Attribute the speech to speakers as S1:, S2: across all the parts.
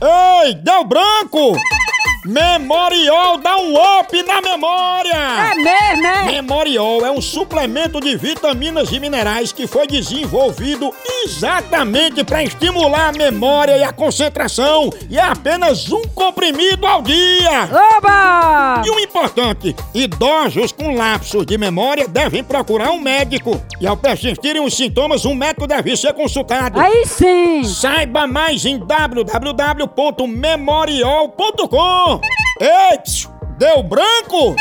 S1: Ei, deu branco! Memorial dá um up na memória!
S2: É mesmo, é?
S1: Memorial é um suplemento de vitaminas e minerais que foi desenvolvido exatamente para estimular a memória e a concentração e é apenas um comprimido ao dia!
S2: Oba!
S1: E o importante, idosos com lapsos de memória devem procurar um médico e ao persistirem os sintomas, um médico deve ser consultado.
S2: Aí sim!
S1: Saiba mais em www.memorial.com. Ei, psiu, deu branco?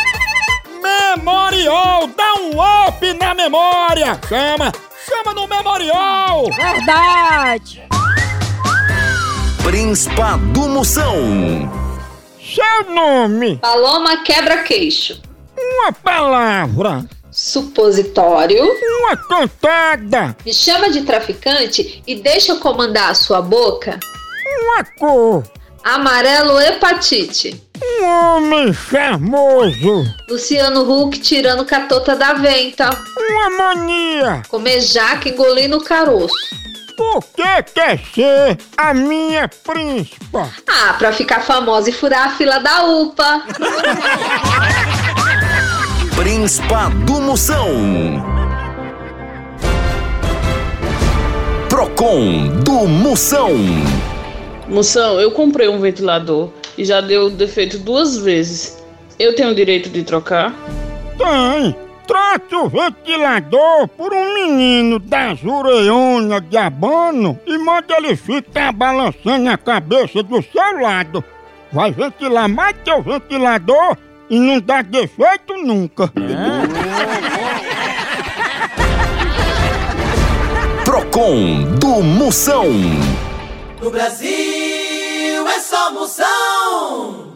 S1: Memorial, dá um up na memória. Chama, chama no Memorial.
S2: Verdade!
S3: Príncipa do Moção.
S1: Seu nome,
S4: Paloma quebra-queixo.
S1: uma palavra,
S4: Supositório.
S1: uma cantada,
S4: Me chama de traficante e deixa eu comandar a sua boca.
S1: uma cor,
S4: Amarelo hepatite.
S1: um homem charmoso,
S4: Luciano Huck tirando catota da venta.
S1: uma mania.
S4: Comer jaca engolindo o caroço.
S1: Por que quer ser a minha príncipa?
S4: Ah, pra ficar famosa e furar a fila da UPA.
S3: Príncipa do Moção. Procon do Moção.
S5: Moção, eu comprei um ventilador e já deu defeito duas vezes. Eu tenho o direito de trocar?
S1: Tem! Troque o ventilador por um menino das ureiona de abano e manda ele ficar balançando a cabeça do seu lado. Vai ventilar mais teu ventilador e não dá defeito nunca.
S3: Procon do Moção.
S6: No Brasil é só moção.